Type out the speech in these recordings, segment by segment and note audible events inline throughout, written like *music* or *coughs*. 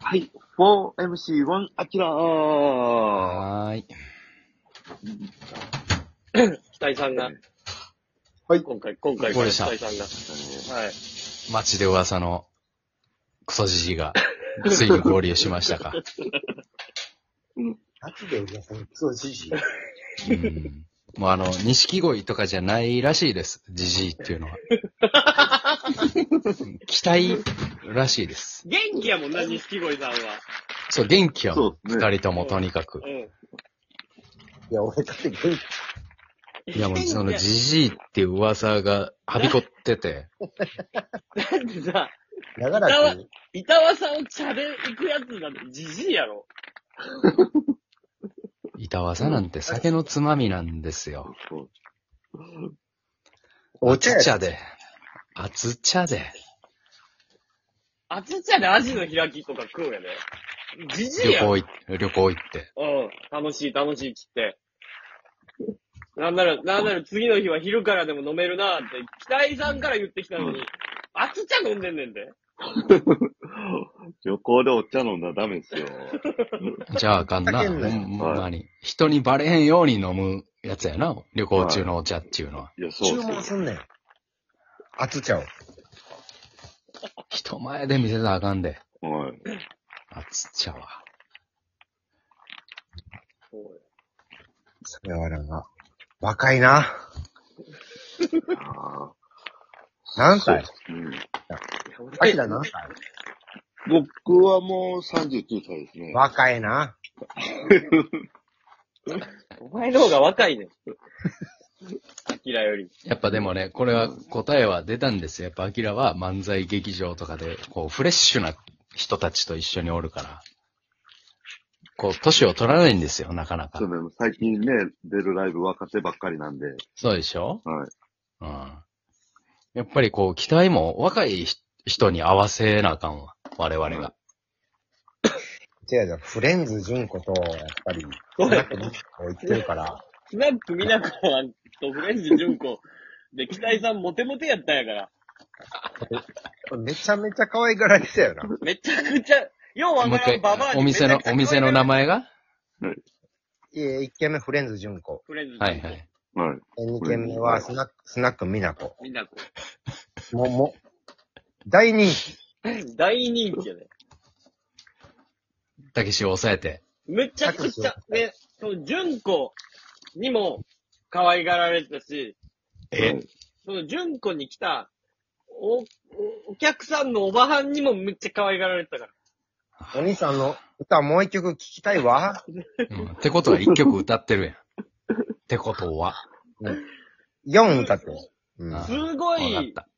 はい。4MC1 アキラー。はーい。北井さんが。はい今回、今回、ここでした北井さんが。はい。街で噂のクソじじいが、ついに合流しましたか。夏で皆さん、そう、じじい。うん。もうあの、錦鯉とかじゃないらしいです。じじいっていうのは。期待らしいです。元気やもんな、錦鯉さんは。そう、元気やもん。そう二、ですね人ともとにかくう。ん。いや、俺だって元気。いやもうそのじじいっていう噂がはびこってて。だってさ、長らく、板わさんを茶で行くやつなんて、じじいやろ。板わさなんて酒のつまみなんですよ。お茶や熱茶で。熱茶で。熱茶でアジの開きとか食うやで。じじ旅いやろ。行い、旅行行って。うん。楽しい、楽しいっつって。なんなら、なんなら次の日は昼からでも飲めるなーって、北井さんから言ってきたのに、熱茶飲んでんねんで。旅行でお茶飲んだらダメですよ。じゃああかんな。ふほざけんなよんまに。人にバレへんように飲むやつやな。旅行中のお茶っていうのは。いや、そう注ですよ文。すんねん。熱茶を。人前で見せたらあかんで。はい。熱茶は。それはなんか、若いな。あ何歳ーうんアキラ何歳僕はもう39歳ですね。若いな。お前の方が若いねん。アキラより。やっぱでもね、これは答えは出たんですよ。やっぱアキラは漫才劇場とかで、こう、フレッシュな人たちと一緒におるから、こう、年を取らないんですよ、なかなかそう。ね、最近ね、出るライブ若手ばっかりなんで。そうでしょはい。うん。やっぱりこう、期待も若いひ人に合わせなあかんわ。我々が。違う違う、フレンズ純子と、やっぱり、そスうナやックに行ってるから、スナックみなこさんとフレンズ純子で、北井さんモテモテやったんやから。めちゃめちゃ可愛がられてたよな。めちゃくちゃ、ようわもうか一らんババア回、にお店のめ、ちゃおく店ちゃ可愛がられの名前がえ、1軒目フレンズ純子。フレンズは純い子。はい。はい。 2軒目はスナック、スナックみなこ。みなこ。もう、もう、大人気。大人気やね。たけしを抑えて。めちゃくちゃ、ね、その純子にも可愛がられてたし、えその純子に来たお、おお客さんのおばはんにもめっちゃ可愛がられてたかおら。兄さんの歌もう一曲聴きたいわ。うんってことは一曲歌ってるやん。ってことは。 4歌って。うん。あすごわかっいた。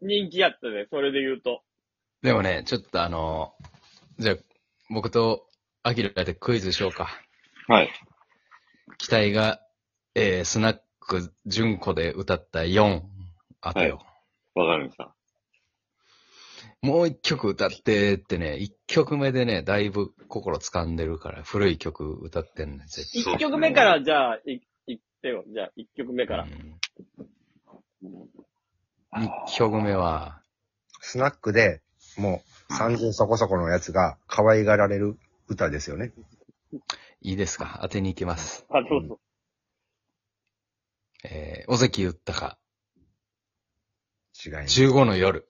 人気やったね、それで言うと。でもね、ちょっとあのじゃあ、僕とアキラでクイズしようか。はい。期待が、えー、スナック純子で歌った4あったよ。わかりました。もう一曲歌ってってね、一曲目でね、だいぶ心掴んでるから、古い曲歌ってんねん、絶対。一曲目から、じゃあ、い、いってよ。じゃあ、一曲目から。うん一曲目は、スナックで、もう、30そこそこのやつが可愛がられる歌ですよね。いいですか当てに行きます。あ、どうぞ。えー、尾関豊か、違います。 15の夜。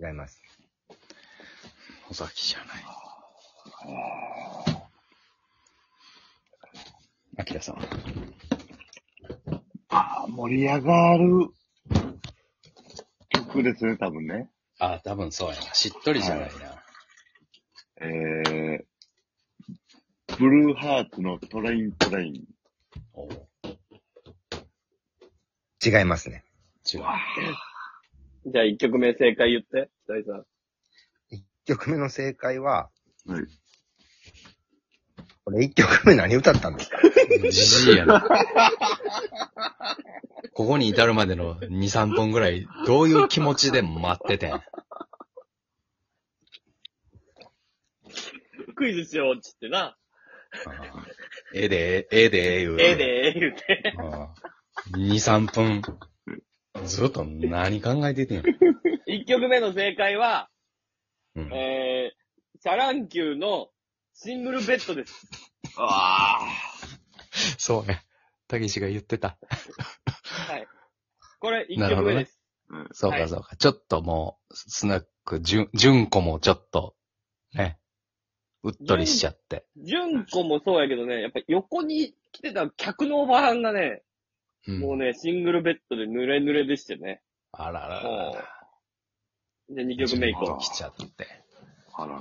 違います。尾崎じゃない。あきらさん。あー盛り上がる曲ですね、多分ね。あ、多分そうやな。しっとりじゃないな。えー、ブルーハーツのトレイントレイン。おう違いますね。違う。じゃあ、一曲目正解言って。大さん。 1曲目の正解は、はい。これ1曲目何歌ったんですかじじいやな。ここに至るまでの2、3本ぐらい、どういう気持ちで待っててん。クイズしようっつってな。ええで、ええで、ええ言うてええ。で、ええ言うて。うん。2、3分。ずっと何考えててん。一曲目の正解は、うん。えー、チャランキューのシングルベッドです。ああ。そうね。たけしが言ってた。はい。これ、一なる曲ほど目ねです。そうはかいそうか。ちょっともう、スナック、じゅん、じゅんこもちょっと、ね。うっとりしちゃって。純子もそうやけどね、やっぱ横に来てた客のおばはんがね、うんもうね、シングルベッドで濡れ濡れでしたよね。あららららもう。じゃあ2曲目いちょこっと来ちゃって。あらら。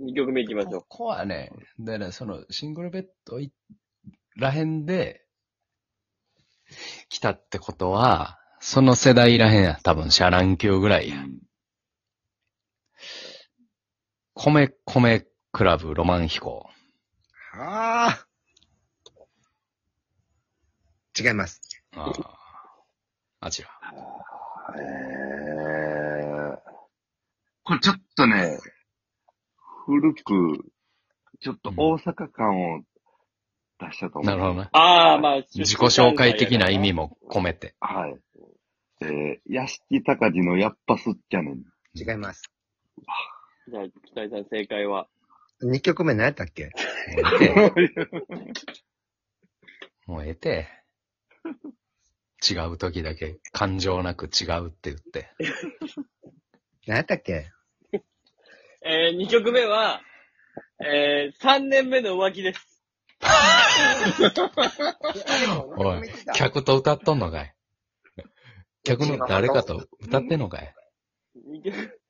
う。2曲目いきましょうこ。こはね、だからそのシングルベッドいらへんで来たってことは、その世代らへんや。多分シャラン級ぐらいや。米米クラブロマン飛行。はあ。違います。あーあちら。えー、これちょっとね、古く、ちょっと大阪感を出したと思う。なるほどね。ああ、まあ、自己紹介的な意味も込めて。はい。えー、屋敷隆のやっぱすっちゃねん。違います。じゃあ、北井さん正解は。 2曲目何やったっけもうええて。もうええて。違う時だけ感情なく違うって言って。何やったっけえー、2曲目は、えー、3年目の浮気です。おい、客と歌っとんのかい客の誰かと歌ってんのかい2曲、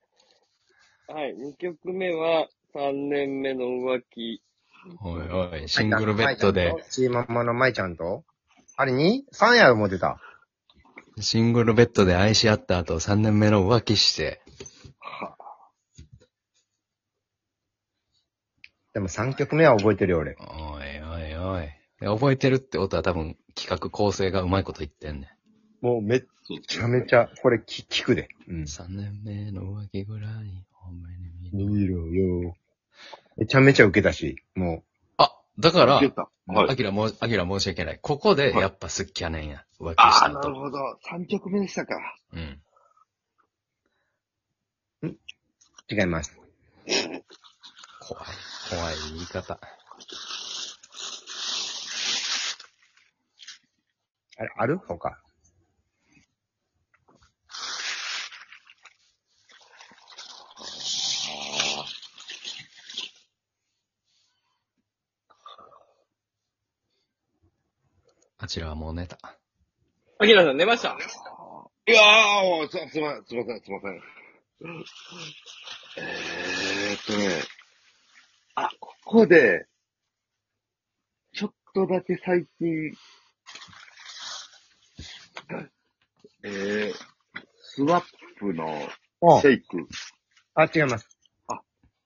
はい、2曲目は、3年目の浮気。おいおい、シングルベッドで、。チーママの舞ちゃんとあれ 2?3 や思ってた。シングルベッドで愛し合った後、3年目の浮気して、でも3曲目は覚えてるよ、俺。おいおいおい。で覚えてるってことは多分企画構成がうまいこと言ってんねもうめっそうちゃめちゃ、これき聞くで。うんん。。3年目の浮気ぐらい、お前に見る見ろよ。めちゃめちゃ受けたし、もあ、だ *laughs* から出、た。はアい。キラも、アキラ申し訳ない。ここで、やっぱすっきゃねんや。浮気しああ、たなると。ほど。3曲目でしたか。うん。う、違います。怖い、怖い言い方。あれ、ある他。あちらはもう寝た。アキラさん寝ましたいやー、おうす、すいません、すいません、すいません。えーっとね、あ、ここで、ちょっとだけ最近、えー、スワップのおシェイク。あ、違います。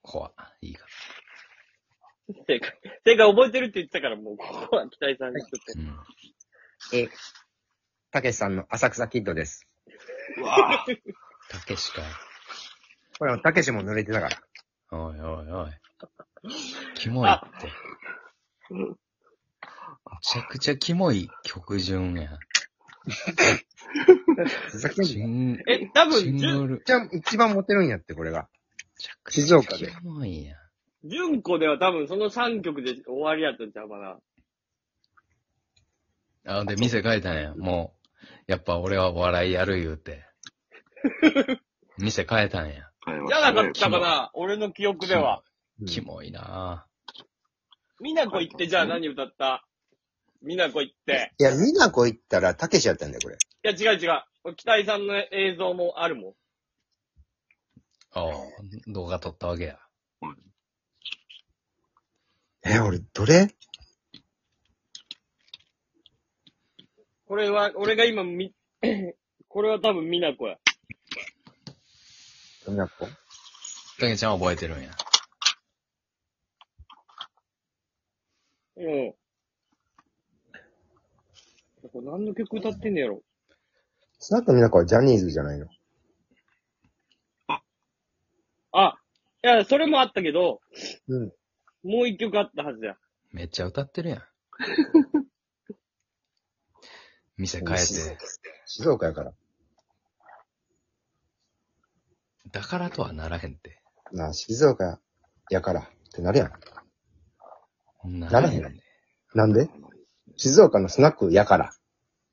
怖い言い方。正解。正解覚えてるって言ってたから、もう、ここは北井さんにちょうっん。え、たけしさんの浅草キッドです。うわーたけしか。これ、たけしも濡れてたから。おいおいおい。キモい *laughs* って。めちゃくちゃキモい曲順や。ふざけんなシンと。え、多シ分、ンじゅグル。めじゃあ、一番モテるんやって、これが。ちゃくち静ゃ岡キで。モいやん。純子では多分その3曲で終わりやったんちゃうかな。あ、で、店変えたんや。もう、やっぱ俺はお笑いやる言うて。店変えたんや。じゃなかったかな俺の記憶では。キモいなみなこ行って、じゃあ何歌ったみなこ行って。いや、みなこ行ったら、たけしやったんだよ、これ。いや、違う違う。これ北井さんの映像もあるもん。ぁ。おう動画撮ったわけや。え、俺、どれこれは、俺が今み、 *coughs* これは多分みなこや。みなこたけちゃんは覚えてるんや。うん。これ何の曲歌ってんねやろスナックみなこはジャニーズじゃないの。あ、いや、それもあったけど、うん。もう一曲あったはずや。めっちゃ歌ってるやん。店変えて、静岡やから。だからとはならへんって。なあ、静岡やからってなるやん。ならへんのなんで静岡のスナックやから。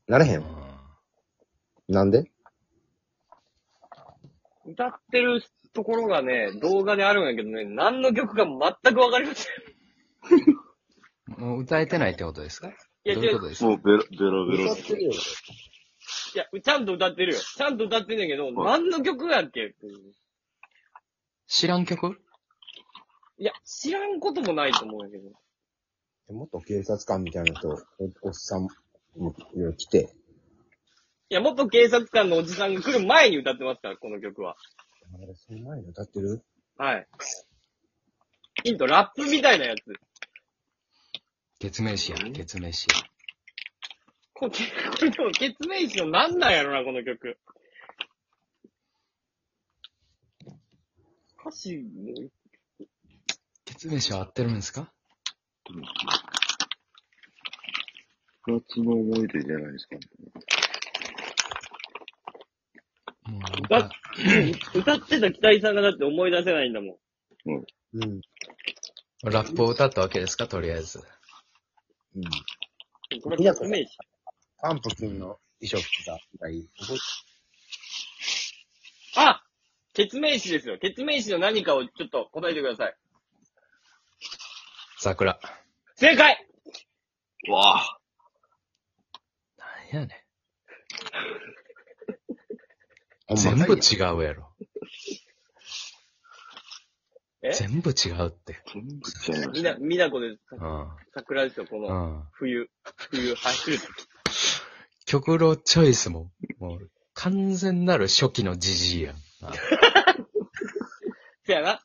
なれへうんん。なんで歌ってるところがね、動画であるんやけどね、何の曲か全くわかりません。もう歌えてないってことですかいやどういうことですかもうベロベロベロ歌。ってるよ。いや、ちゃんと歌ってるよ。ちゃんと歌ってんねんけど、は何の曲やっけっていう知らん曲いや、知らんこともないと思うんやけど。元警察官みたいな人、おおっさんも来て、いや、元警察官のおじさんが来る前に歌ってますから、この曲は。あれ、その前に歌ってるはい。ヒント、ラップみたいなやつ。月明詞や、月明詞。これ、これでも、ケツメイシの何なんやろな、この曲。歌詞、月明詞は合ってるんですか夏の思い出じゃないですか。もうだ歌っ、歌ってた北井さんがだって思い出せないんだもん。うん。ラップを歌ったわけですかとりあえず。うん。これ、ケツメイシ。パンプキンの衣装着てたぐらい、覚あケツメイシですよ。ケツメイシの何かをちょっと答えてください。桜。正解わあ。なんやねん。え全部違うやろ。え全部違うって。全部ちゃいまみしな、た。みなこです。うん。桜ですよ、こうのん。冬。冬走る。曲のチョイスも、もう、完全なる初期のジジイやん。あせやな。